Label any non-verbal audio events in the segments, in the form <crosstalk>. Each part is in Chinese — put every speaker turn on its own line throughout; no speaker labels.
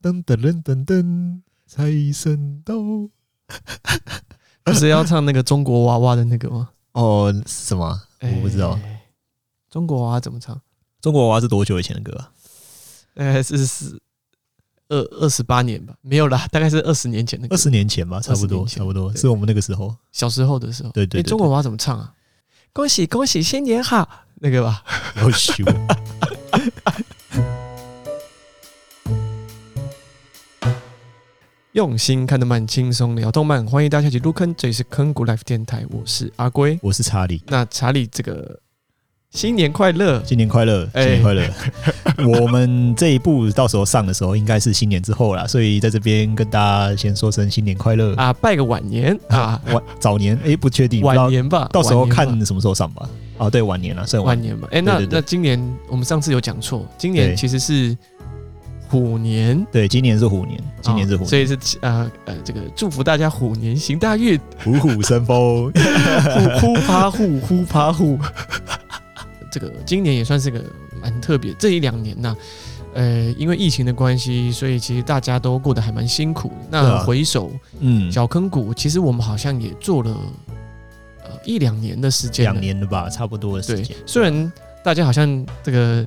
噔噔噔噔噔，财神到。
<laughs> 不是要唱那个中国娃娃的那个吗？
哦，是什么啊？我不知道。
哎中国娃娃怎么唱？
中国娃娃是多久以前的歌啊？
呃，是是二二十八年吧？没有啦，大概是二十年前的歌
二，十年前吧，差不
20
多，
年前
差不多，
对
是我们那个
<laughs>
时候。
小时候的时候。
对对对
哎中国娃娃怎么唱啊？恭喜恭喜，新年好，那个吧。
要修。
用心看动漫，轻松聊动漫，欢迎大家一起入坑，这里是坑谷 Life 电台，我是阿龟。
我是查理，
那查理，这个新年快乐！
新年快乐，新
哎
年快乐。
<laughs>
我们这一部到时候上的时候，应该是新年之后啦，所以在这边跟大家先说声新年快乐。
啊，拜个晚年啊，
晚早年，哎、不确定，不知
晚
道
年吧，
到时候
晚年吧
看什么时候上吧。哦，对，晚年了，算晚
晚年吧。哎、那
对对对
那今年我们上次有讲错，今年
对
其实是虎年，
对，今年是虎年，今年是虎
哦所
年，
以是呃呃，这个祝福大家虎年行大运， <laughs>
虎虎生风。
呼呼爬虎，呼爬虎。 <laughs> 这个今年也算是个蛮特别，这一两年呐、呃，因为疫情的关系，所以其实大家都过得还蛮辛苦的。
对
那
啊
回首、
嗯，
小坑谷，其实我们好像也做了呃一两年的时间了，嗯
两年了吧，差不多的时
对
间。，
虽然大家好像这个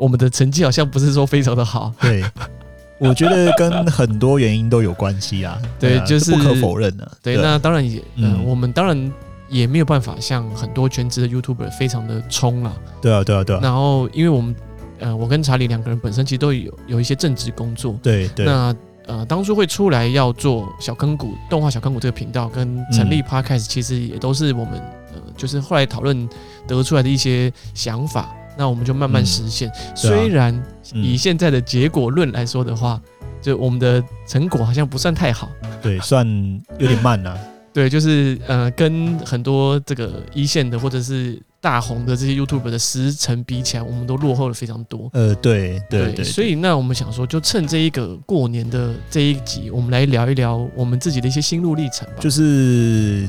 我们的成绩好像不是说非常的好，
对，
<laughs>
我觉得跟很多原因都有关系啊。
对
啊
就是
这不可否认的、啊。
对，那当然也，嗯、
嗯
我们当然也没有办法像很多全职的 YouTuber 非常的冲啦。
对啊，对啊，对啊，
然后，因为我们，呃，我跟查理两个人本身其实都有有一些正职工作，
对对。
那呃，当初会出来要做小坑谷动画小坑谷这个频道，跟成立 Podcast，其实也都是我们呃，就是后来讨论得出来的一些想法。那我们就慢慢
嗯
实现。虽然
嗯
以现在的结果论来说的话，就我们的成果好像不算太好。
对，算有点慢啊啦、
<laughs> 对，就是呃，跟很多这个一线的或者是大红的这些 YouTube 的时程比起来，我们都落后了非常多。
呃，对对对，
所以那我们想说，就趁这一个过年的这一集，我们来聊一聊我们自己的一些心路历程吧。
就是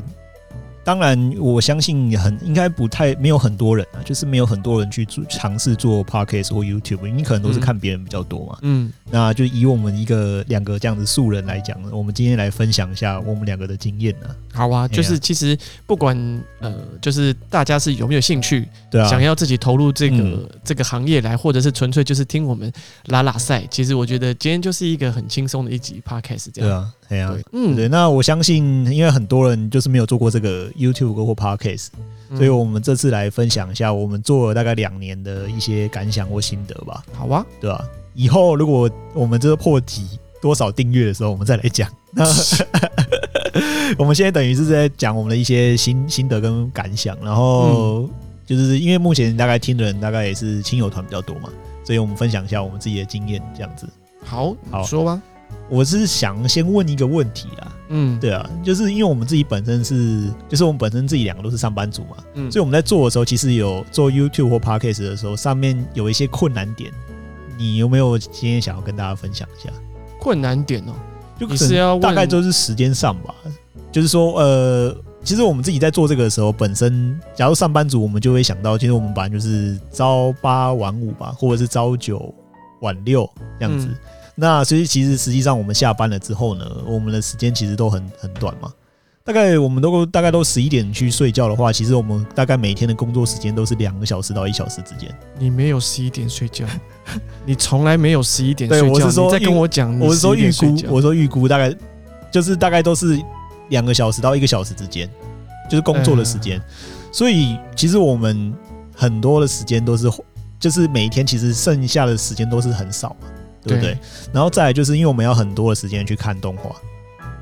当然，我相信很应该不太没有很多人啊，就是没有很多人去做尝试做 podcast 或 YouTube，你可能都是
嗯
看别人比较多嘛。
嗯，
那就以我们一个两个这样子素人来讲，我们今天来分享一下我们两个的经验啊。
好啊，就
哎
是
呀
其实不管呃，就是大家是有没有兴趣，
对啊，
想要自己投入这个、
嗯
这个行业来，或者是纯粹就是听我们拉拉赛，其实我觉得今天就是一个很轻松的一集 podcast 这
对
样。
啊，哎呀、
嗯，
对，那我相信，因为很多人就是没有做过这个 YouTube 或 Podcast，、
嗯
所以我们这次来分享一下我们做了大概两年的一些感想或心得吧，
好啊，
对吧、以后如果我们这个破几多少订阅的时候，我们再来讲。那 <laughs> 我们现在等于是在讲我们的一些心心得跟感想，然
嗯
后就是因为目前大概听的人大概也是亲友团比较多嘛，所以我们分享一下我们自己的经验这样子。
好，
好
你说吧。
我是想先问一个问题啦，
嗯，，
对啊，就是因为我们自己本身是，就是我们本身自己两个都是上班族嘛，
嗯，
所以
就
我们在做的时候，其实有做 YouTube 或 Podcast 的时候，上面有一些困难点。你有没有今天想要跟大家分享一下？
困难点哦。
就
你是要问
大概就是时间上吧，就是说，呃，其实我们自己在做这个的时候，本身假如上班族，我们就会想到，其实我们本来就是朝八晚五吧，或者是朝九晚六这样子。
嗯
那所以其实实际上我们下班了之后呢，我们的时间其实都很很短嘛。大概我们都大概都十一点去睡觉的话，其实我们大概每天的工作时间都是两个小时到一小时之间。
你没有十一点睡觉，你从来没有十一点睡
对
觉。
我是说
你在跟
预
我讲，
我是说预估
睡，觉
我是说预估大概就是大概都是两个小时到一个小时之间，就是工作的时间。所以其实我们很多的时间都是，就是每一天其实剩下的时间都是很少嘛，对不对？
对
然后再来就是因为我们要很多的时间去看动画，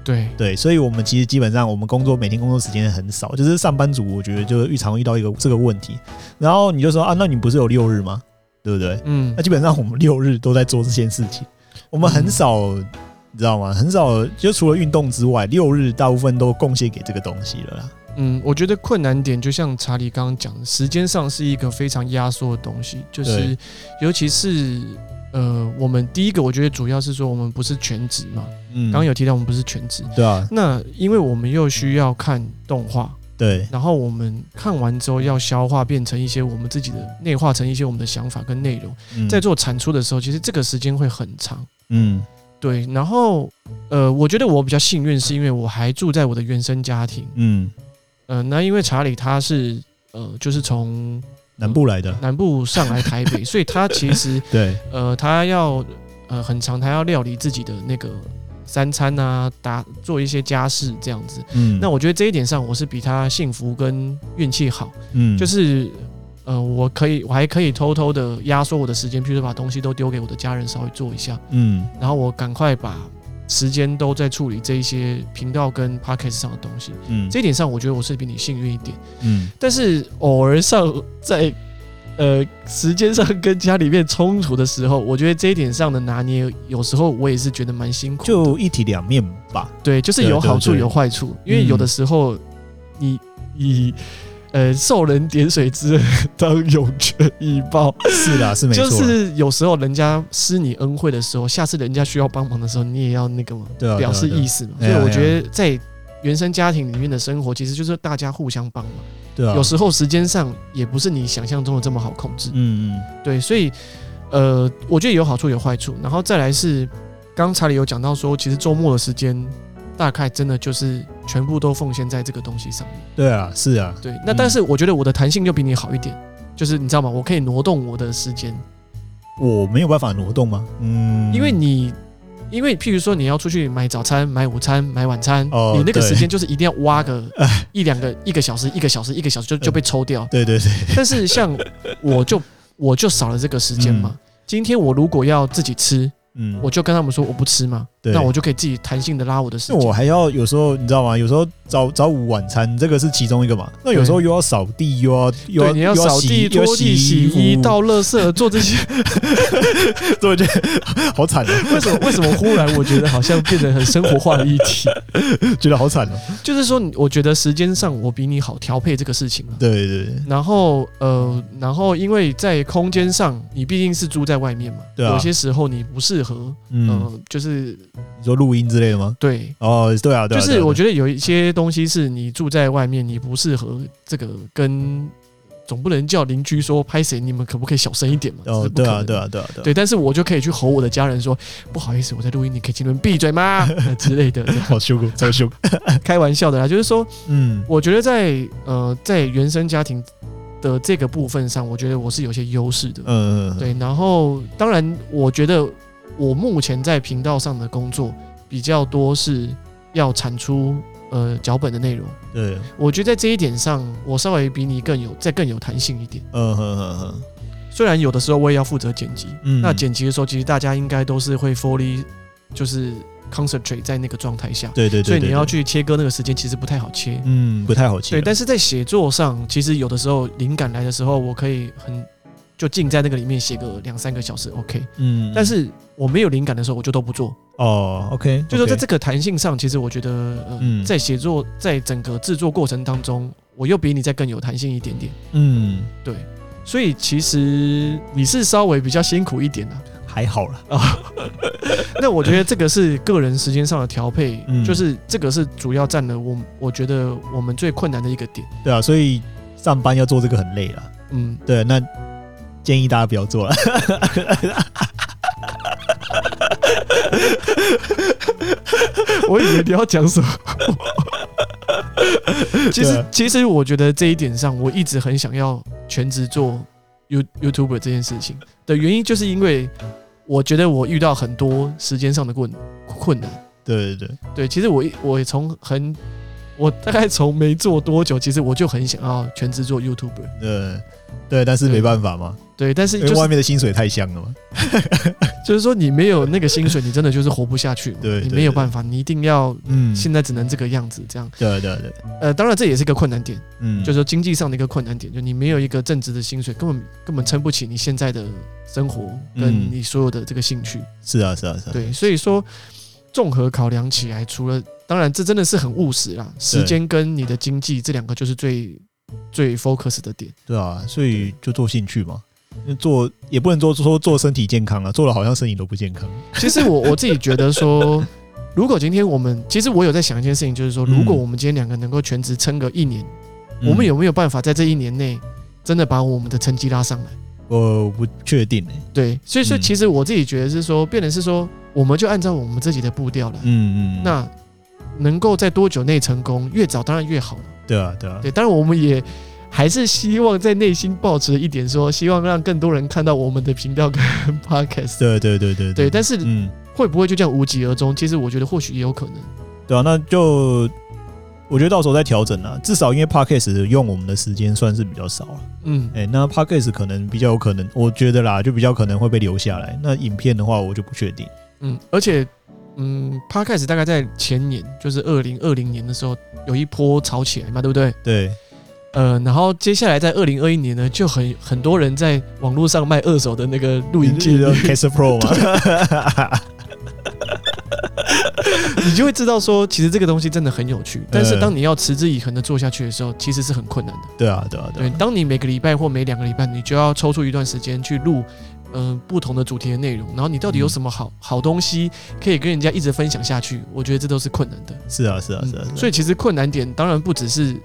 对，
对，所以我们其实基本上我们工作每天工作时间很少，就是上班族我觉得就是日常遇到一个这个问题。然后你就说啊，那你不是有六日吗？对不对？
嗯
那，基本上我们六日都在做这件事情，我们很少，你知道吗？很少，就除了运动之外，六日大部分都贡献给这个东西了啦。
嗯，我觉得困难点就像查理刚刚讲的，时间上是一个非常压缩的东西，就是
对
尤其是呃，我们第一个我觉得主要是说我们不是全职嘛，
嗯，
刚刚有提到我们不是全职，
对啊，
那因为我们又需要看动画，
对啊
然后我们看完之后要消化变成一些我们自己的内
嗯
化成一些我们的想法跟内容，在
做
做产出的时候，其实这个时间会很长。
嗯
对，然后呃，我觉得我比较幸运，是因为我还住在我的原生家庭。
嗯，
呃，那因为查理他是呃，就是从
南部来的，
南部上来台
<laughs>
北，所以他其实
对，
呃，他要呃很长，他要料理自己的那个三餐啊，打做一些家事这样子。
嗯，
那我觉得这一点上，我是比他幸福跟运气好，
嗯
就是。呃，我可以，我还可以偷偷的压缩我的时间，譬如说把东西都丢给我的家人稍微做一下，
嗯
然后我赶快把时间都在处理这一些频道跟 podcast 上的东西。
嗯
这一点上，我觉得我是比你幸运一点。
嗯
但是偶尔上在呃时间上跟家里面冲突的时候，我觉得这一点上的拿捏，有时候我也是觉得蛮辛苦的。
就一体两面吧，
对，就是
对
有
对
好处
对嗯
有坏处，因为有的时候你以呃受人点水之恩当涌泉以报，
是的，是没错
就
啦，
是有时候人家施你恩惠的时候，下次人家需要帮忙的时候，你也要那个嘛，
对啊
表示意
思，
思嘛。所
对
以
啊
我
对啊
觉得在原生家庭里面的生活，其实就是大家互相帮忙。
对啊，
有时候时间上也不是你想象中的这么好控制，
嗯
对，所以呃，我觉得有好处有坏处，然后再来是刚才里有讲到说，其实周末的时间大概真的就是全部都奉献在这个东西上面
嗯，，对啊，是啊，
对，那但是我觉得我的弹性就比你好一点，就是你知道吗？我可以挪动我的时间，
我没有办法挪动吗？嗯，
因为你。因为，譬如说，你要出去买早餐、买午餐、买晚餐，
哦
你那
对
个时间就是一定要挖
<laughs>
个一两个、一个小时、一个小时、一个小时就就
嗯
被抽掉。
对对对，
但是像我就 <laughs> 我就少了这个时间嘛。今天我如果要自己吃，
嗯，
我就跟他们说我不吃嘛，
对
那我就可以自己弹性的拉我的时
那我
间。
还要有时候你知道吗？有时候早早午晚餐这个是其中一个嘛。那有时候又要扫地，又要又
对，
要
你要
又
扫地、
洗又要
拖地、洗
洗
衣、
服
倒垃圾， <laughs> 做这些。
所以我觉得好惨哦，
为什么？为什么忽然我觉得好像变得很生活化的议题？
觉得好惨哦。
<laughs> 就是说，我觉得时间上我比你好调配这个事情啊。
对对对，
然后呃，然后因为在空间上，你毕竟是住在外面嘛，
对啊
有些时候你不适合，
嗯，
呃，就是
你说录音之类的吗？
对，
哦，对啊，对
就
啊，
是我
觉
觉得有一些东西是你住在外面，你不适合这个跟，总不能叫邻居说拍谁，你们可不可以小声一点嘛？
哦，
这是不
对啊，
可能的
对啊，对啊，对啊，
对但是我就可以去吼我的家人说，不好意思，我在录音，你可以请你们闭嘴吗？呃之类
<laughs>
的，这样
好羞愧，超
<laughs>
羞愧。
开玩笑的啦。就是说，
嗯
我觉得在呃在原生家庭的这个部分上，我觉得我是有些优势的。
嗯，
对，然后当然，我觉得我目前在频道上的工作比较多是要产出呃脚本的内容。
对，
我觉得在这一点上，我稍微比你更有再更有弹性一点。
嗯哼哼哼，
虽然有的时候我也要负责剪辑，
嗯
那剪辑的时候，其实大家应该都是会 fully 就是 concentrate 在那个状态下，
对对对，
所以
对
你要，
对
去切割那个时间，其实不太好切。
嗯，不太好切
对，
了。
但是在写作上，其实有的时候灵感来的时候，我可以很就浸在那个里面写个两三个小时，OK。
嗯，
但是我没有灵感的时候，我就都不做。
哦，OK，
就说在这个弹性上，其实我觉得，呃、
嗯
在写作在整个制作过程当中，我又比你再更有弹性一点点。
嗯
对，所以其实你是稍微比较辛苦一点的、
还好了，
那我觉得这个是个人时间上的调 <laughs> 配，
嗯
就是这个是主要占了我我觉得我们最困难的一个点。
对啊，所以上班要做这个很累了。
嗯，
对，那建议大家不要做了。<laughs>
<laughs> 我以为你要讲什么。 <laughs> 其
对
实
啊，
其实我觉得这一点上，我一直很想要全职做 You YouTuber 这件事情的原因，就是因为我觉得我遇到很多时间上的困困难。
对对对，
对，其实我一我从很，我大概从没做多久，其实我就很想要全职做 YouTuber。
呃，对，但是没办法嘛，
对，但是
因
嗯就
为哎外
是
面的薪水太香了嘛。
就是说，你没有那个薪水，你真的就是活不下去嘛。
对
你
对
没有
对
办法，你一定要
嗯，
现在只能这个样子这样。
对对对，
呃，当然这也是一个困难点，
嗯，
就是说经济上的一个困难点，就你没有一个正职的薪水，根本根本撑不起你现在的生活跟
嗯
你所有的这个兴趣。
是啊是啊是啊，
对，所以说综合考量起来，除了当然这真的是很务实啦，时间跟你的经济这两个就是最最 focus 的点。
对啊，所以就做兴趣嘛，做也不能做说做身体健康啊，做了好像身体都不健康。
其实我我自己觉得说，如果今天我们其实我有在想一件事情，就是说，
嗯
如果我们今天两个能够全嗯职撑个一年，我们有没有办法在这一年内真的把我们的成绩拉上来？
嗯我不确定诶、
对，所以说
嗯
其实我自己觉得是说，变成是说，我们就按照我们自己的步调了。
嗯嗯，
那能够在多久内成功，越早当然越好嘛。
对啊对啊，
对，当然我们也还是希望在内心保持一点说，希望让更多人看到我们的频道跟 <laughs> podcast。
对对对对
对，但是
嗯，
会不会就这样无疾而终？其实我觉得或许也有可能。
对啊，那就我觉得到时候再调整啦。至少因为 podcast 用我们的时间算是比较少了，
嗯，
哎、那 podcast 可能比较有可能，我觉得啦，就比较可能会被留下来。那影片的话，我就不确定。
嗯，而且，嗯 p o d c a s 大概在前年，就是二零二零年的时候，有一波炒起来嘛，对不对？
对，
呃，然后接下来在二零二一年呢，就很很多人在网络上卖二手的那个录音机，
的 Case Pro 嘛，
你就会知道说，其实这个东西真的很有趣。但是
呃
当你要持之以恒的做下去的时候，其实是很困难的。
对啊，对啊，对
<laughs> 对，
啊，
当你每个礼拜或每两个礼拜，你就要抽出一段时间去录，嗯、不同的主题的内容，然后你到底有
嗯
什么好、好东西可以跟人家一直分享下去？我觉得这都是困难的。嗯
是啊，是啊，是啊，
所以其实困难点当然不只是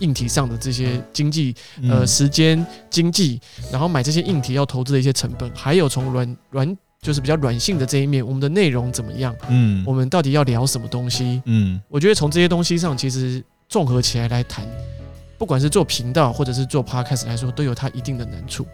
硬体上的这些
嗯
经济，
以
呃，时间、经济，然后买这些硬体要投资的一些成本，还有从软软就是比较软性的这一面，我们的内容怎么样，
嗯
我们到底要聊什么东西？
嗯
我觉得从这些东西上，其实综合起来来谈，不管是做频道或者是做 podcast 来说，都有它一定的难处。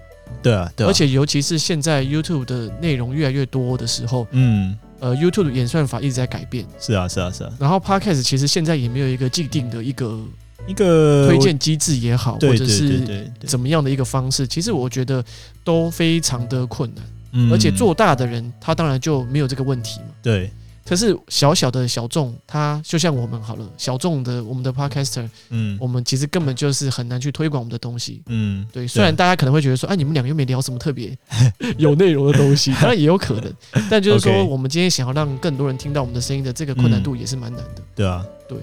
对啊，对啊，
而且尤其是现在 YouTube 的内容越来越多的时候，
嗯，
呃，YouTube 的演算法一直在改变，
是啊，是啊，是啊，
然后 podcast 其实现在也没有一个既定的一个
一个
推，荐机制也好，
呃对
或
对
者
对
是
对对，
怎么样的一个方式，其实我觉得都非常的困难。
嗯
而且做大的人，他当然就没有这个问题嘛。
对，
可是小小的小众，他就像我们好了，小众的我们的 podcaster，
嗯
我们其实根本就是很难去推广我们的东西。
嗯，
对，虽然大家可能会觉得说，哎、你们两个又没聊什么特别 <laughs> 有内容的东 <laughs> 西，当然也有可能，但就是说，
OK
我们今天想要让更多人听到我们的声音的这个困难度也是蛮难的。
对啊，
嗯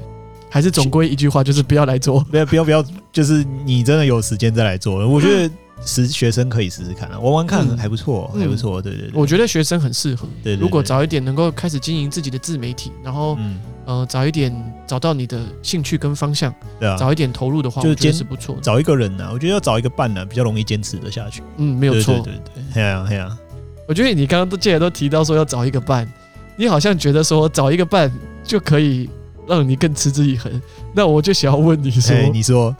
还是总归一句话，就是不要来做。
不要不要不要，就是你真的有时间再来做，我觉得实学生可以试试看啊，玩玩看
嗯
还不错，还不
嗯
错，对对对，
<laughs> 我觉得学生很适合，
对对
如果
对
早一点能够开始经营自己的自媒体，然后
嗯，
呃早一点找到你的兴趣跟方向，
对啊，
早一点投入的话，
就
我
是
觉得
兼
是不错的。
找一个人呢，我觉得要找一个伴啊呢，比较容易坚持的下去，
嗯，没有
对
错。
对对对，嘿啊呀嘿呀，
我觉得你刚刚都既然都提到说要找一个伴，你好像觉得说找一个伴就可以让你更持之以恒。那我就想要问你说，
哎，你说，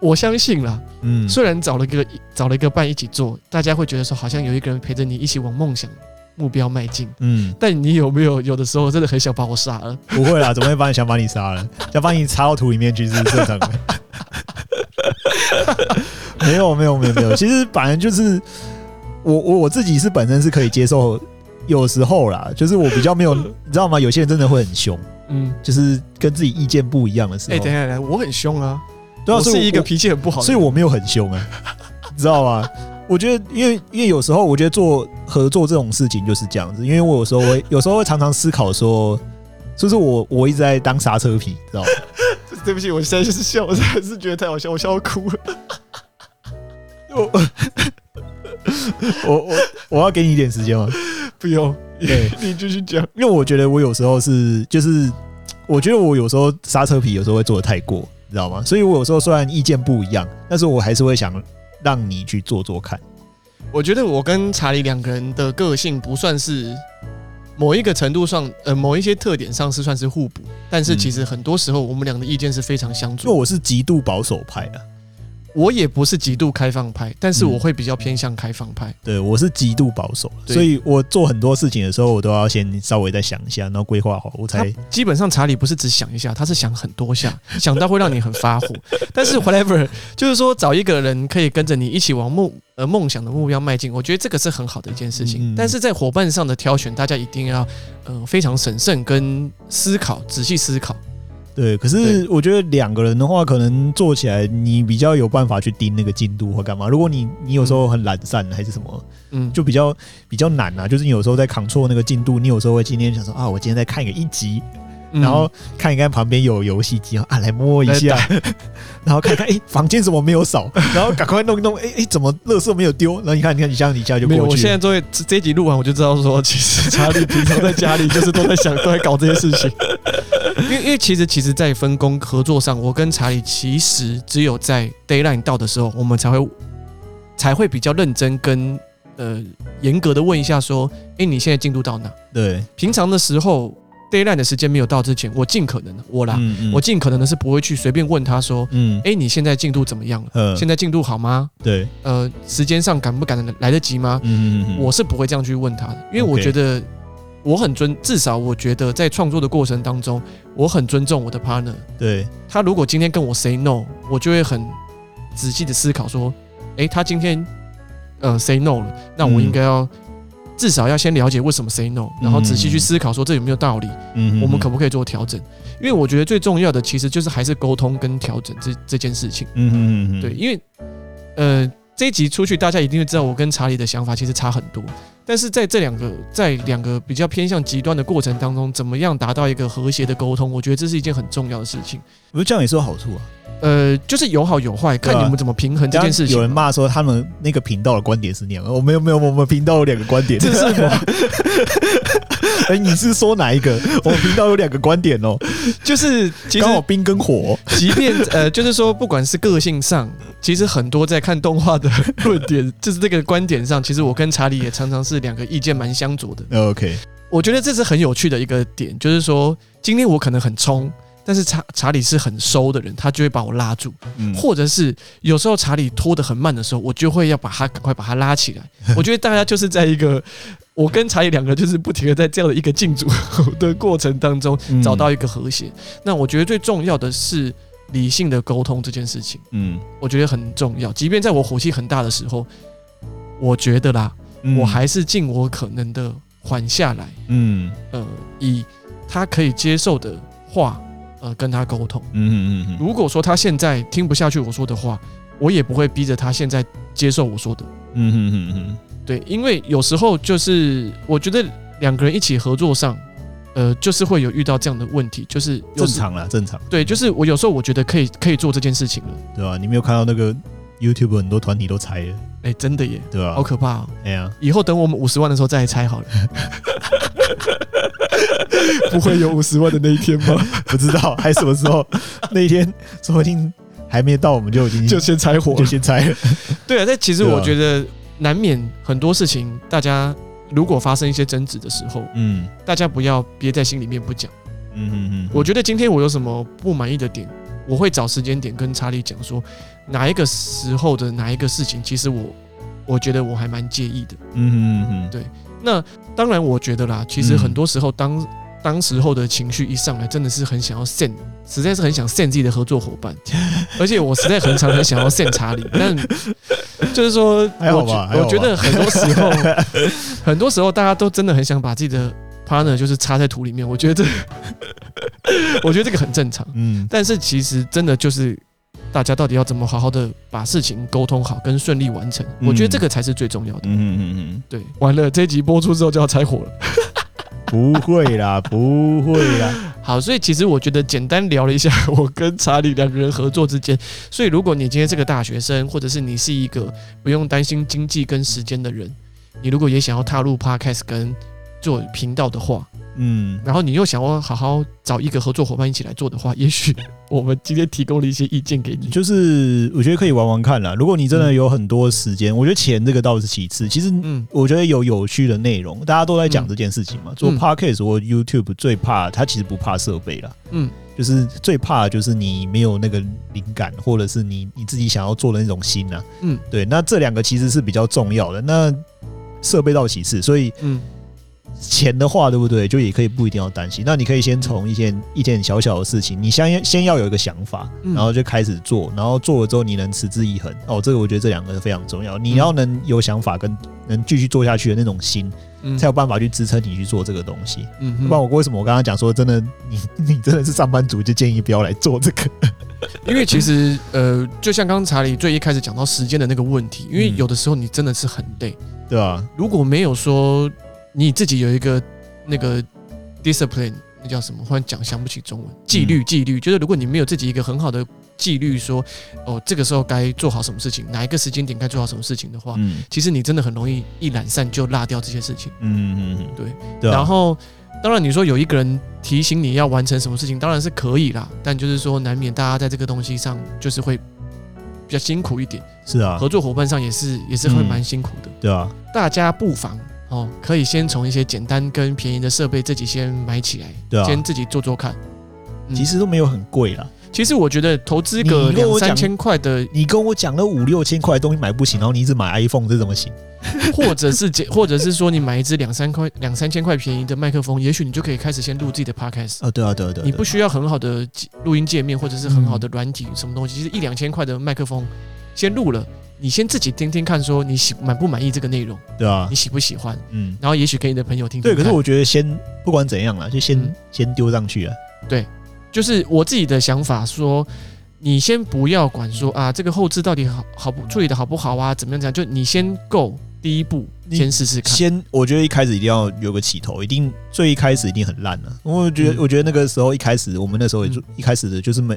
我相信啦，
嗯，
虽然找了个找了一个伴一起做，大家会觉得说好像有一个人陪着你一起往梦想目标迈进。
嗯，
但你有没有有的时候真的很想把我杀了？
不会啦，怎么会把你想把你杀了？ <laughs> 想把你插到土里面去是正常的。 <laughs> 没有没有没有没有，其实反正就是我我我自己是本身是可以接受，有时候啦，就是我比较没有，你知道吗？有些人真的会很凶，
嗯，
就是跟自己意见不一样的时
哎、
候。
等一下，等一下，我很凶啊，
对啊，
我
所以
是一个
我
脾气很不好的人，
所以我没有很凶啊， <laughs> 你知道吗？我觉得，因为因为有时候我觉得做合作这种事情就是这样子，因为我有时候会有时候会常常思考说，就是我我一直在当刹车皮，你知道吗？
对不起，我现在就是笑，我真的是觉得太好笑，我笑到哭了。
我我我要给你一点时间吗？
不用，
对，
你继续讲。
因为我觉得我有时候是就是，我觉得我有时候刹车皮有时候会做的太过，你知道吗？所以我有时候虽然意见不一样，但是我还是会想让你去做做看。
我觉得我跟查理两个人的个性不算是呃某一个程度上，呃，某一些特点上是算是互补，但是
嗯
其实很多时候我们俩的意见是非常相
因为
左。
我是极度保守派啊，
我也不是极度开放派，但是
嗯
我会比较偏向开放派。
对我是极度保守，
对
所以我做很多事情的时候，我都要先稍微再想一下，然后规划好，我
他
才
基本上查理不是只想一下，他是想很多下，想到会让你很发火。但是 whatever，就是说找一个人可以跟着你一起往梦呃梦想的目标迈进，我觉得这个是很好的一件事情。
嗯
但是在伙伴上的挑选，大家一定要呃非常审慎跟思考，仔细思考。
对。可是我觉得两个人的话，可能做起来你比较有办法去盯那个进度或干嘛。如果你你有时候很懒散还是什么，
嗯，
就比较比较难啊。就是你有时候在 control 那个进度，你有时候会今天想说啊，我今天在看一个一集，
嗯
然后看一看旁边有游戏机啊，来摸一下， <laughs> 然后看看哎、诶房间怎么没有扫，然后赶快弄一弄，哎、哎、怎么垃圾没有丢？然后你看你看你像你家就
没有，
过
我
去
现在
了，
都会这这一 <laughs> 集录完，我就知道说，其实查理平常在家里就是都在想，都在搞这些事情。 <laughs> 因为因为其实其实，在分工合作上，我跟查理其实只有在 d a y l i n e 到的时候，我们才会才会比较认真跟呃严格的问一下说，哎、你现在进度到哪？
对，
平常的时候 d a y l i n e 的时间没有到之前，我尽可能的我啦，
嗯嗯
我尽可能的是不会去随便问他说，
嗯
哎、你现在进度怎么样了？
呃
现在进度好吗？
对，
呃，时间上赶不赶得来得及吗？
嗯嗯嗯，
我是不会这样去问他的，因为我
OK
觉得我很尊，至少我觉得在创作的过程当中，我很尊重我的 partner。
对
他如果今天跟我 say no，我就会很仔细的思考说，诶，他今天呃 say no 了，那我
嗯
应该要、至少要先了解为什么 say no，然后仔细去思考说这有没有道理，
嗯
我们可不可以做调整？因为我觉得最重要的其实就是还是沟通跟调整这这件事情。
嗯嗯嗯
对，因为呃这一集出去，大家一定会知道我跟查理的想法其实差很多。但是在这两个在两个比较偏向极端的过程当中，怎么样达到一个和谐的沟通？我觉得这是一件很重要的事情。
我觉得这样也是有好处啊。
呃，就是有好有坏，看
对啊
你们怎么平衡这
当
件
然
事情。
有人骂说他们那个频道的观点是那样，我没有没有，我们频道有两个观点，
这是我，
<laughs> 哎，你是说哪一个？我们频道有两个观点哦，
就是 <laughs> 其实
刚，好冰跟火，
即便呃，就是说，不管是个性上，其实很多在看动画的 <laughs> 论点，就是这个观点上，其实我跟查理也常常是两个意见蛮相左的。
哦 OK，
我觉得这是很有趣的一个点，就是说，今天我可能很冲，但是查查理是很收的人，他就会把我拉住，
嗯
或者是有时候查理拖得很慢的时候，我就会要把他赶快把他拉起
<laughs>
来。我觉得大家就是在一个我跟查理两个就是不停的在这样的一个竞逐的过程当中
嗯
找到一个和谐。那我觉得最重要的是理性的沟通这件事情，
嗯，
我觉得很重要。即便在我火气很大的时候，我觉得啦，
嗯
我还是尽我可能的缓下来。
嗯
呃，以他可以接受的话，呃，跟他沟通。
嗯嗯嗯嗯
如果说他现在听不下去我说的话，我也不会逼着他现在接受我说的。
嗯嗯嗯
对，因为有时候就是我觉得两个人一起合作上，呃，就是会有遇到这样的问题，就是
嗯，
有
正
时。
常啦，正常，
对，就是我有时候我觉得可以可以做这件事情了，
对吧？你没有看到那个 YouTube 很多团体都拆了，
哎、真的耶，
对吧？
好可怕、哦！
哎呀，
以后等我们五十万的时候再来拆
<laughs>
好了。不会有五十万的那一天吗？
<laughs> 不知道还什么时候，那一天说不定还没到，我们就已经
就先拆伙
就先拆了。
对啊，但其实
对啊
我觉得难免很多事情，大家如果发生一些争执的时候，
嗯
大家不要憋在心里面不讲。
嗯嗯嗯，
我觉得今天我有什么不满意的点，我会找时间点跟查理讲说，哪一个时候的哪一个事情，其实我我觉得我还蛮介意的。
嗯嗯嗯
对那当然，我觉得啦，其实
嗯
很多时候当、当时候的情绪一上来，真的是很想要 send，实在是很想 send 自己的合作伙
<laughs>
伴，而且我实在很常很想要 send 查理，但就是说，
还好
我觉
吧还好
我
吧
觉得很多时候，很多时候大家都真的很想把自己的 partner 就是插在土里面，我觉得这， <laughs> 我觉得这个很正常。
嗯
但是其实真的就是。大家到底要怎么好好的把事情沟通好，跟顺利完成？我觉得这个才是最重要的。
嗯嗯嗯
对，完了这一集播出之后就要拆火了。
嗯，不会啦，不会啦，
好，所以其实我觉得简单聊了一下 <laughs> 我跟查理两个人合作之间。所以如果你今天是个大学生，或者是你是一个不用担心经济跟时间的人，你如果也想要踏入 podcast 跟做频道的话，
嗯，
然后你又想要好好找一个合作伙伴一起来做的话，也许我们今天提供了一些意见给你。
就是我觉得可以玩玩看啦。如果你真的有很多时间，我觉得钱这个倒是其次，其实。
嗯，
我觉得有有趣的内容，大家都在讲这件事情嘛。做
嗯
podcast 或 YouTube 最怕，它其实不怕设备啦，
嗯，
就是最怕的就是你没有那个灵感，或者是你你自己想要做的那种心啊，
嗯，
对。那这两个其实是比较重要的，那设备到其次，所以
嗯，
钱的话，对不对？就也可以不一定要担心。那你可以先从一件一件小小的事情，你先先要有一个想法，
嗯
然后就开始做，然后做了之后你能持之以恒。哦，这个我觉得这两个非常重要，你要能有想法跟能继续做下去的那种心，
嗯
才有办法去支撑你去做这个东西。
嗯
不
哼
然我为什么我刚刚讲说，真的你 <laughs> 你真的是上班族，就建议不要来做这个。 <laughs>
因为其实呃，就像刚刚查理最一开始讲到时间的那个问题，因为
嗯
有的时候你真的是很累。
对吧？
如果没有说你自己有一个那个 discipline，那叫什么？忽然讲想不起中文，纪
嗯
律，纪律，就是如果你没有自己一个很好的纪律说，哦，这个时候该做好什么事情，哪一个时间点该做好什么事情的话，
嗯
其实你真的很容易一懒散就落掉这些事情。
嗯嗯嗯，
对
对啊
然后，当然你说有一个人提醒你要完成什么事情，当然是可以啦，但就是说难免大家在这个东西上就是会比较辛苦一点，
是啊，
合作伙伴上也是也是会蛮辛苦的。
对啊，
大家不妨哦，可以先从一些简单跟便宜的设备自己先买起来，
对啊，
先自己做做看。嗯
其实都没有很贵啦。
其实我觉得投资
你
个
你跟
两
我讲
三千块的， <laughs>
你跟我讲了五六千块的东西买不起，然后你一直买 iPhone，这怎么行？
或者是简，或者是说你买一支两三块、两三千块便宜的麦克风，也许你就可以开始先录自己的 podcast。
啊，对啊，对啊，对啊，
你不
对啊
需要很好的机录音界面，或者是很好的软体什么
嗯
东西，其实一两千块的麦克风先录了，你先自己听听看，说你喜满不满意这个内容，
对啊
你，喜不喜欢，
嗯，
然后也许给你的朋友听听
对。
看。
可是我觉得先不管怎样啦，就先、
嗯
先丢上去啊。
就是我自己的想法说。你先不要管说啊，这个后置到底好好不处理的好不好啊，怎么样怎么样，就你先够第一步，
你
先试试看。
先，我觉得一开始一定要有个起头，一定最一开始一定很烂啊。我觉得，
嗯
我觉得那个时候一开始，我们那时候也就、
嗯
一开始的就是没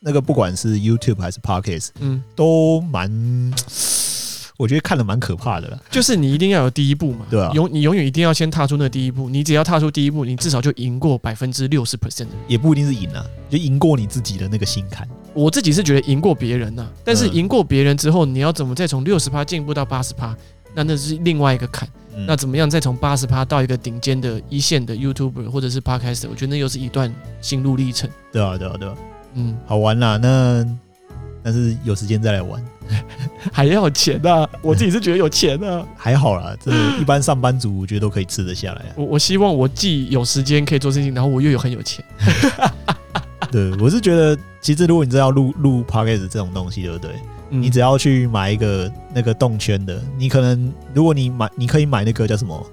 那个，不管是 YouTube 还是 Podcast，
嗯，
都蛮，我觉得看的蛮可怕的啦。
就是你一定要有第一步嘛，
对啊
永你永远一定要先踏出那第一步，你只要踏出第一步，你至少就赢过百分之六十 percent 的人。
也不一定是赢啊，就赢过你自己的那个心坎。
我自己是觉得赢过别人呐、啊但
嗯
是赢过别人之后，你要怎么再从六十趴进步到八十趴？那那是另外一个坎。
嗯
那怎么样再从八十趴到一个顶尖的一线的 YouTuber 或者是 Podcaster？我觉得那又是一段心路历程。
对啊，对啊，对啊，
嗯，
好玩啦。那但是有时间再来玩，
还要有钱呐、我自己是觉得有钱啊呐、
还好啦。
<gasps>
这一般上班族我觉得都可以吃得下来啊。
<laughs> 我我希望我既有时间可以做事情，然后我又有很有钱。
对，我是觉得，其实如果你真的要录录 podcast 这种东西，对不对？
嗯
你只要去买一个那个动圈的，你可能如果你买，你可以买那个叫什么，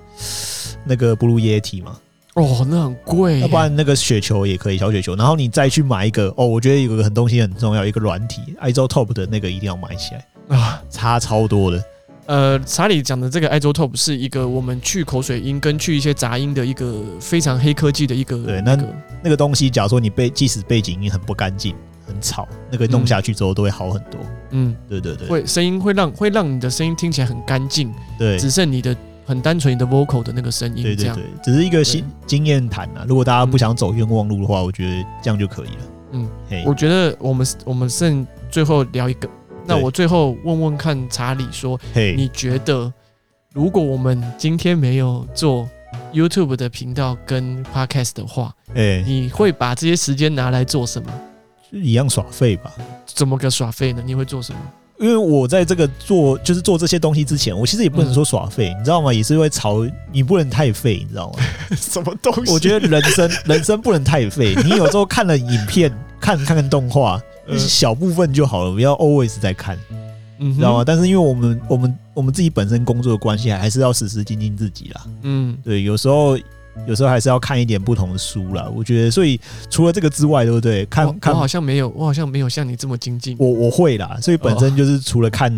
那个 Blue Yeti 嘛，
哦，那很贵耶，
要不然那个雪球也可以，小雪球。然后你再去买一个哦，我觉得有个很东西很重要，一个软体，iZoTop 的那个一定要买起来，
啊。
差超多的。
呃，查理讲的这个 i z o Top 是一个我们去口水音跟去一些杂音的一个非常黑科技的一个
对那
个
那个东西，假如说你背，即使背景音很不干净、很吵，那个弄下去之后都会好很多。
嗯，
对对对，
会声音会让会让你的声音听起来很干净，
对
只剩你的很单纯你的 vocal 的那个声音
对
这
对
样。
对，只是一个新经验谈啊。如果大家不想走冤枉路的话，我觉得这样就可以了。
嗯，
嘿，
我觉得我们我们剩最后聊一个，那
对
我最后问问看查理说，
嘿，
你觉得如果我们今天没有做 YouTube 的频道跟 Podcast 的话，
哎，
你会把这些时间拿来做什么？
就一样耍废吧。
怎么个耍废呢？你会做什么？
<laughs> 因为我在这个做就是做这些东西之前，我其实也不
嗯
能说耍废，你知道吗？也是会吵，你不能太废，你知
<laughs>
道吗？
什么东
我觉得人生 <laughs> 人生不能太废，你有时候看了影片，看看看动画，
嗯
小部分就好了，不要 always 在看。
嗯哼，
知道吗？但是因为我们我们我们自己本身工作的关系，还是要时时精进自己啦。
嗯，
对，有时候有时候还是要看一点不同的书啦。我觉得，所以除了这个之外，对不对？
我
看看
哦我好像没有，我好像没有像你这么精进。
我我会啦，所以本
哦
身就是除了看，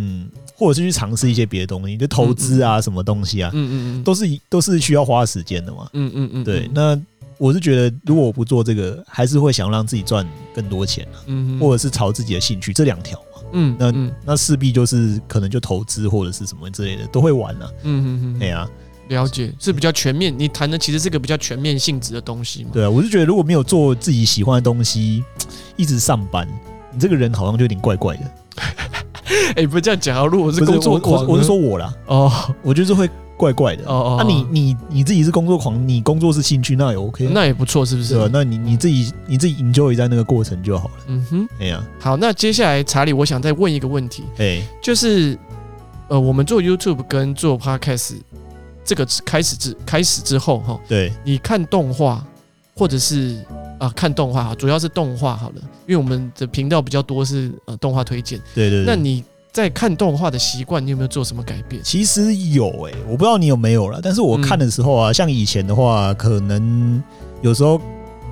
或者是去尝试一些别的东西，就投资啊，什么东西啊，
嗯嗯嗯嗯，
都是都是需要花时间的嘛。
嗯嗯嗯，
对，
嗯
那我是觉得，如果我不做这个，还是会想让自己赚更多钱啊，
嗯嗯
或者是朝自己的兴趣这两条嘛。
嗯
那
嗯
那势必就是可能就投资或者是什么之类的都会玩了、
嗯嗯嗯
哎
嗯，
呀、
了解是比较全面，你谈的其实是个比较全面性质的东西嘛。
对啊，我是觉得如果没有做自己喜欢的东西，一直上班，你这个人好像就有点怪怪的。
哎，不是这样讲啊，如果我
不
是工作
我我
狂
是
呢，
我是说我啦，
哦
我就是会怪怪的。
哦哦，
那、你
哦
你你自己是工作狂，你工作是兴趣，那也 OK 啊。
那也不错，是不是
对？吧？那你你自己你自己 enjoy 在那个过程就好了。
嗯哼，
哎呀，
好，那接下来查理，我想再问一个问题，
哎，
就是呃，我们做 YouTube 跟做 Podcast 这个开始之开始之后哈，
对，
你看动画，或者是啊、看动画，主要是动画好了，因为我们的频道比较多是呃动画推荐。
对对对。
那你在看动画的习惯，你有没有做什么改变？
其实有哎、我不知道你有没有啦，但是我
嗯
看的时候啊，像以前的话，可能有时候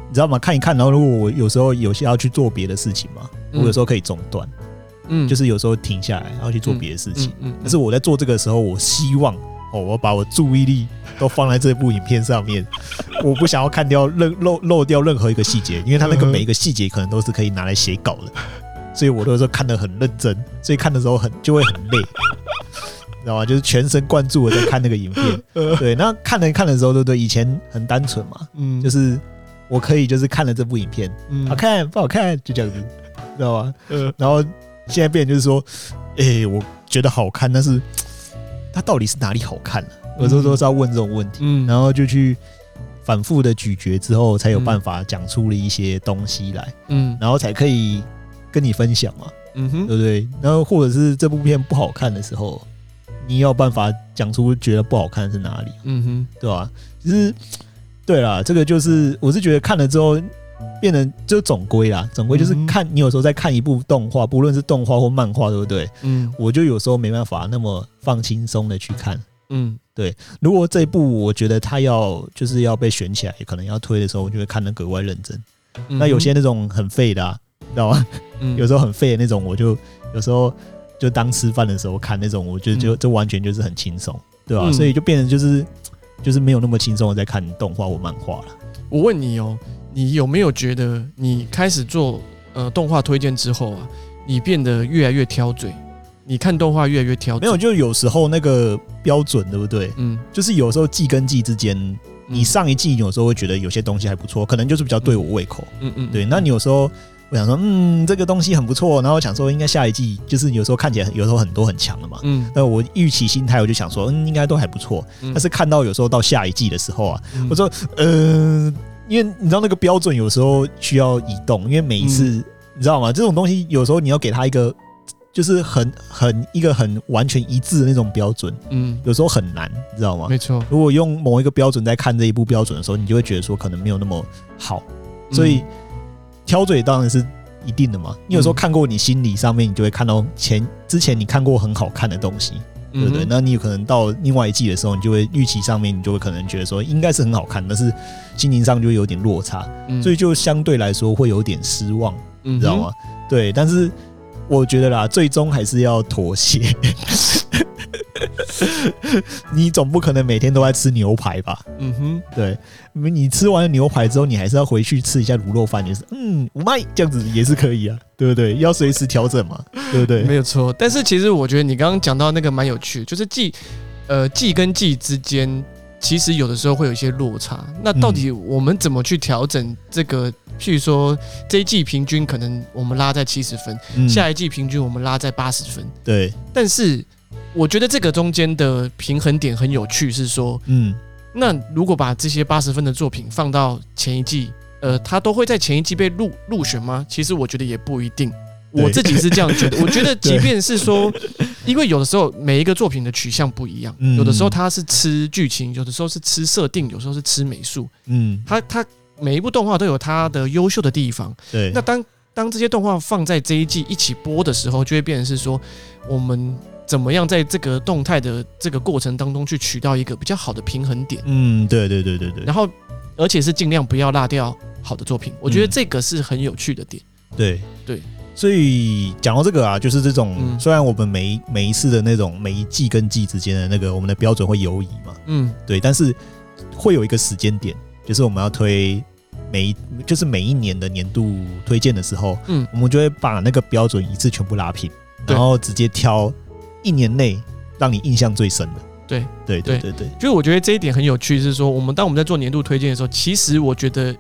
你知道吗？看一看，然后如果我有时候有些要去做别的事情嘛，我有时
候
候可以中断。
嗯
就是有时候停下来，然后去做别的事情。
嗯
但是我在做这个时候，我希望哦，我把我注意力都放在这部影片上面，我不想要看掉任漏漏掉任何一个细节，因为它那个
嗯哼
每一个细节可能都是可以拿来写稿的，所以我都时候看得很认真，所以看的时候很就会很累。你知道吗？就是全神贯注的
呃
在看那个影片，对。那看了看的时候，对不对？以前很单纯嘛，
嗯
就是我可以就是看了这部影片，
嗯
好看不好看就这样子，知道吗？
呃，
然后现在变成就是说，诶，我觉得好看，但是它到底是哪里好看呢、有时候都是要问这种问题，
嗯，
然后就去反复的咀嚼之后，才有办法讲出了一些东西来，
嗯
然后才可以跟你分享嘛，
嗯哼，
对不对？然后或者是这部片不好看的时候，你也有办法讲出觉得不好看的是哪里，
嗯哼，
对吧、其实，对啦，这个就是我是觉得看了之后，变成就总归啦，总归就是
嗯
看、你有时候在看一部动画，不论是动画或漫画，对不对？
嗯
我就有时候没办法那么放轻松的去看。
嗯
如果这一部我觉得它要就是要被选起来，可能要推的时候，我就会看得格外认真。
嗯，
那有些那种很废的、啊，你知道吗？
嗯
有时候很废的那种，我就有时候就当吃饭的时候看那种，我觉得就
嗯
这完全就是很轻松，对吧、
嗯
所以就变成就是就是没有那么轻松的在看动画或漫画了。
我问你哦，你有没有觉得你开始做呃动画推荐之后啊，你变得越来越挑嘴，你看动画越来越挑
没
嘴？
有，就有时候那个标准，对不对？
嗯，嗯，
就是有时候季跟季之间，你上一季有时候会觉得有些东西还不错，可能就是比较对我胃口。
嗯，嗯嗯，
对，那你有时候我想说，嗯，这个东西很不错，然后想说应该下一季，就是有时候看起来有时候很多很强的嘛。
嗯，
那我预期心态，我就想说，嗯，应该都还不错。
嗯
但是看到有时候到下一季的时候啊，
嗯
我说，呃，因为你知道那个标准有时候需要移动，因为每一次、
嗯
你知道吗？这种东西有时候你要给他一个，就是很很一个很完全一致的那种标准，
嗯，
有时候很难，你知道吗？
没错，
如果用某一个标准在看这一部标准的时候，你就会觉得说可能没有那么好，
嗯
所以挑嘴当然是一定的嘛。你有时候
嗯
看过你心理上面，你就会看到前之前你看过很好看的东西，
嗯
对不对？
嗯
那你有可能到另外一季的时候，你就会预期上面，你就会可能觉得说应该是很好看，但是心情上就会有点落差，
嗯
所以就相对来说会有点失望，
你
你知道吗？？对，但是我觉得啦，最终还是要妥协。 <laughs> 你总不可能每天都在吃牛排吧？
嗯哼，
对，你吃完了牛排之后，你还是要回去吃一下卤肉饭，也是嗯，五麦这样子也是可以啊，对不对？要随时调整嘛，对不对？
没有错。但是其实我觉得你刚刚讲到那个蛮有趣的，就是季呃季跟季之间，其实有的时候会有一些落差。那到底
嗯
我们怎么去调整这个？譬如说这一季平均可能我们拉在七十分，
嗯
下一季平均我们拉在八十分。
对，
但是我觉得这个中间的平衡点很有趣，是说，
嗯
那如果把这些八十分的作品放到前一季，呃，它都会在前一季被入入选吗？其实我觉得也不一定。
对
我自己是这样
<laughs>
觉得，我觉得即
对
便是说，因为有的时候每一个作品的取向不一样，
嗯
有的时候它是吃剧情，有的时候是吃设定，有时候是吃美术，
嗯，
它它每一部动画都有它的优秀的地方。
对，
那当当这些动画放在这一季一起播的时候，就会变成是说，我们怎么样在这个动态的这个过程当中去取到一个比较好的平衡点，
嗯，对对对对对
然后而且是尽量不要落掉好的作品。我觉得这个是很有趣的点。
对
对。
所以讲到这个啊，就是这种，
嗯
虽然我们每一每一次的那种每一季跟季之间的那个我们的标准会游移嘛，
嗯
对，但是会有一个时间点，就是我们要推每一，就是每一年的年度推荐的时候，
嗯
我们就会把那个标准一次全部拉平，
对
然后直接挑一年内让你印象最深的。
对
对对对
对
对，
就是我觉得这一点很有趣，是说我们当我们在做年度推荐的时候，其实我觉得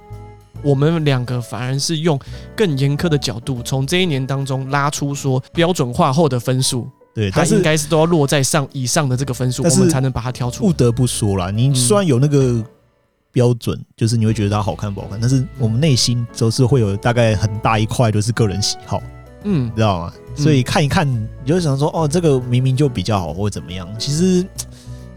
我们两个反而是用更严苛的角度，从这一年当中拉出说标准化后的分数，
对，
它
但
应
是
该是都要落在上以上的这个分数，
但
我
是
们才能把它挑出
不
来。
得不说啦，你
嗯
虽然有那个标准，就是你会觉得它好看不好看，但是我们内心都是会有大概很大一块都是个人喜好，
嗯
你，知道吗？所以看一看，你就想说，哦，这个明明就比较好，或怎么样。其实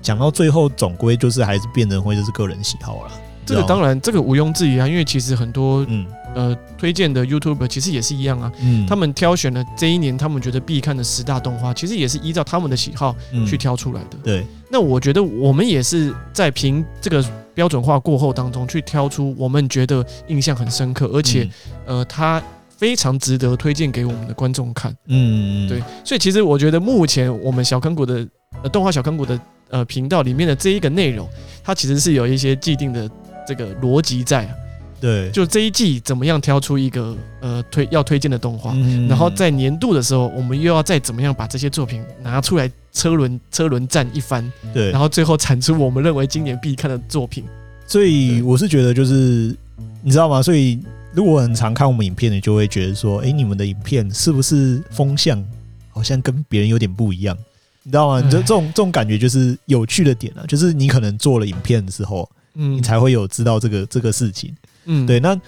讲到最后，总归就是还是变成会就是个人喜好了。
这个
你知道
当
吗，
然，这个毋庸置疑啊，因为其实很多
嗯
呃推荐的 YouTuber 其实也是一样啊，
嗯，
他们挑选了这一年他们觉得必看的十大动画，其实也是依照他们的喜好
嗯
去挑出来的。
对，
那我觉得我们也是在凭这个标准化过后当中去挑出我们觉得印象很深刻，而
而
且
嗯
呃它非常值得推荐给我们的观众看。
嗯，嗯
对，，所以其实我觉得目前我们小坑谷的呃动画小坑谷的呃频道里面的这一个内容，它其实是有一些既定的这个逻辑在啊，
对，
就这一季怎么样挑出一个呃推要推荐的动画，
嗯
然后在年度的时候，我们又要再怎么样把这些作品拿出来车轮车轮战一番，
对，
然后最后产出我们认为今年必看的作品。
所以
对
我是觉得就是你知道吗？所以如果很常看我们影片的，就会觉得说，哎、你们的影片是不是风向好像跟别人有点不一样？你知道吗？你就
唉
这种这种感觉就是有趣的点啊，就是你可能做了影片之后，
嗯，
你才会有知道这个这个事情。
嗯
对，那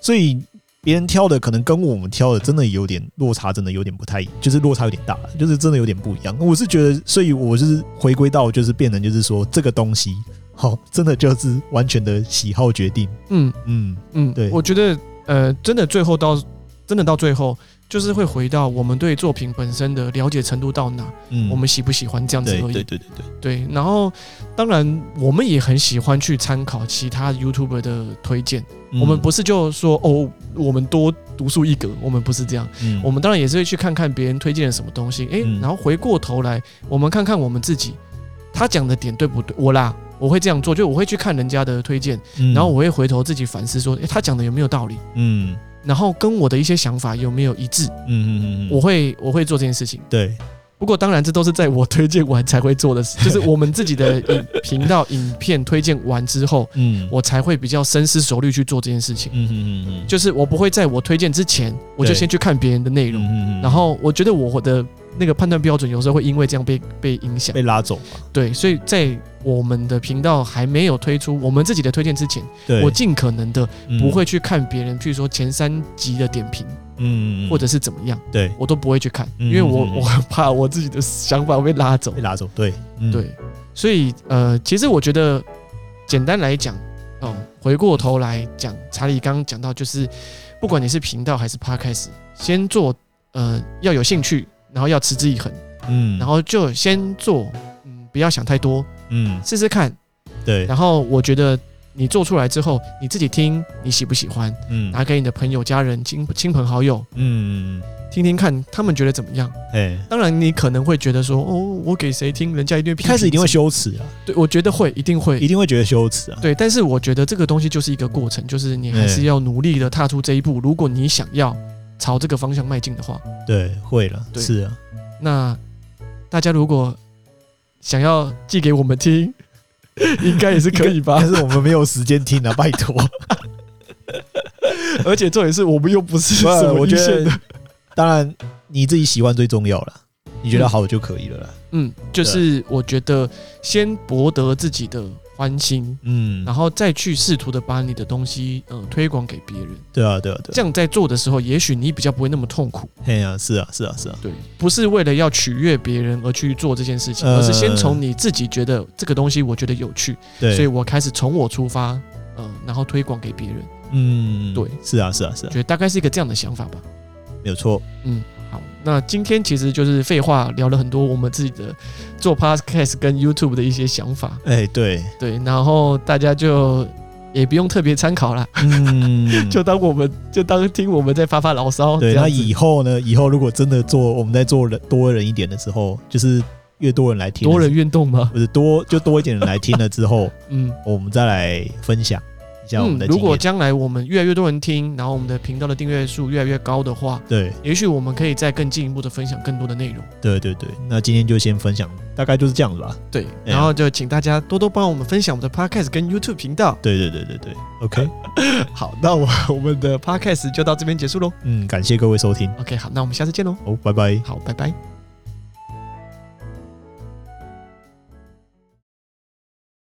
所以别人挑的可能跟我们挑的真的有点落差，真的有点不太，就是落差有点大，就是真的有点不一样。我是觉得，所以我是回归到就是变成就是说这个东西，好、真的就是完全的喜好决定。
嗯
嗯，
嗯，
对
我觉得呃，真的最后到真的到最后，就是会回到我们对作品本身的了解程度到哪，
嗯
我们喜不喜欢这样子而
对
已。
对对对对，
对，然后当然我们也很喜欢去参考其他 YouTuber 的推荐，
嗯
我们不是就说哦，我们多独树一格，我们不是这样，
嗯，嗯
我们当然也是会去看看别人推荐了什么东西，诶，
嗯
然后回过头来我们看看我们自己，他讲的点对不对？我啦，我会这样做，就我会去看人家的推荐，
嗯
然后我会回头自己反思说，诶，他讲的有没有道理？
嗯
然后跟我的一些想法有没有一致？
嗯嗯嗯嗯，
我会我会做这件事情。
对
不过当然，这都是在我推荐完才会做的事， <laughs> 就是我们自己的影频道影片推荐完之后，
嗯
我才会比较深思熟虑去做这件事情。
嗯嗯嗯嗯
就是我不会在我推荐之前，我就
对
先去看别人的内容，
嗯嗯嗯
然后我觉得我的那个判断标准有时候会因为这样被被影响。
被拉走嘛，
对，所以在我们的频道还没有推出我们自己的推荐之前，
对，
我尽可能的
嗯
不会去看别人，譬如说前三集的点评
嗯嗯嗯
或者是怎么样。
对
我都不会去看，
嗯
因为我
嗯嗯
我 <laughs> 很怕我自己的想法被拉走
被。拉走，对嗯
对，所以呃，其实我觉得简单来讲，哦，回过头来讲，查理刚刚讲到，就是不管你是频道还是 podcast，先做呃要有兴趣，然后要持之以恒，
嗯，
然后就先做，嗯，不要想太多，
嗯
试试看。
对
然后我觉得你做出来之后，你自己听，你喜不喜欢，
嗯
拿给你的朋友、家人、亲亲朋好友
嗯嗯
听听看，他们觉得怎么样。
哎。
当然，你可能会觉得说，哦，我给谁听，人家一定
一
会批评
开始一定会
什么，
羞耻啊，
对，我觉得会，一定
一
会，
定会觉得羞耻啊。
对。但是我觉得这个东西就是一个过程，就是你还是要努力的踏出这一步。如果你想要朝这个方向迈进的话，
对，会了，
对
是啊，
那大家如果想要寄给我们听，应该也是可以吧
但？是我们没有时间听啊，拜托。
<laughs> 而且重点是我们又不是
不
什
然
么
我
一
觉
线
得
的，，
当然你自己喜欢最重要了，你觉得好就可以了啦。
嗯，就是我觉得先博得自己的欢心，
嗯
然，后再去试图的把你的东西，嗯、推广给别人。
对啊，对啊，对
这
啊，
样在做的时候，也许你比较不会那么痛苦。
嘿呀，是啊，是啊，是啊，
对，不是为了要取悦别人而去做这件事情，
呃
而是先从你自己觉得这个东西我觉得有趣，
对，
所以我开始从我出发，嗯、然后推广给别人，
嗯，
对，
是啊，是啊，是啊
觉，得大概是一个这样的想法吧。
没有错。
嗯，好，那今天其实就是废话聊了很多我们自己的做 podcast 跟 YouTube 的一些想法，
哎，对，
对，然后大家就也不用特别参考啦，
嗯，
就当我们就当听我们在发发牢骚，
对。
这样
那
子
以后呢？以后如果真的做，我们在做人多人一点的时候，就是越多人来听的时候，
多人运动吗？
不是多就多一点人来听了之后，
嗯。
我们再来分享一下我们的经
如果
验。
将来我们越来越多人听，然后我们的频道的订阅数越来越高的话，
对
也许我们可以再更进一步的分享更多的内容。
对对对，那今天就先分享，大概就是这样子吧。
对，
哎呀
然后就请大家多多帮我们分享我们的 podcast 跟 YouTube 频道。
对对对对对，OK，
哎好，那我 <laughs> 我们的 podcast 就到这边结束喽。
嗯，感谢各位收听，
OK，好，那我们下次见喽。
哦，拜拜。
好，拜拜。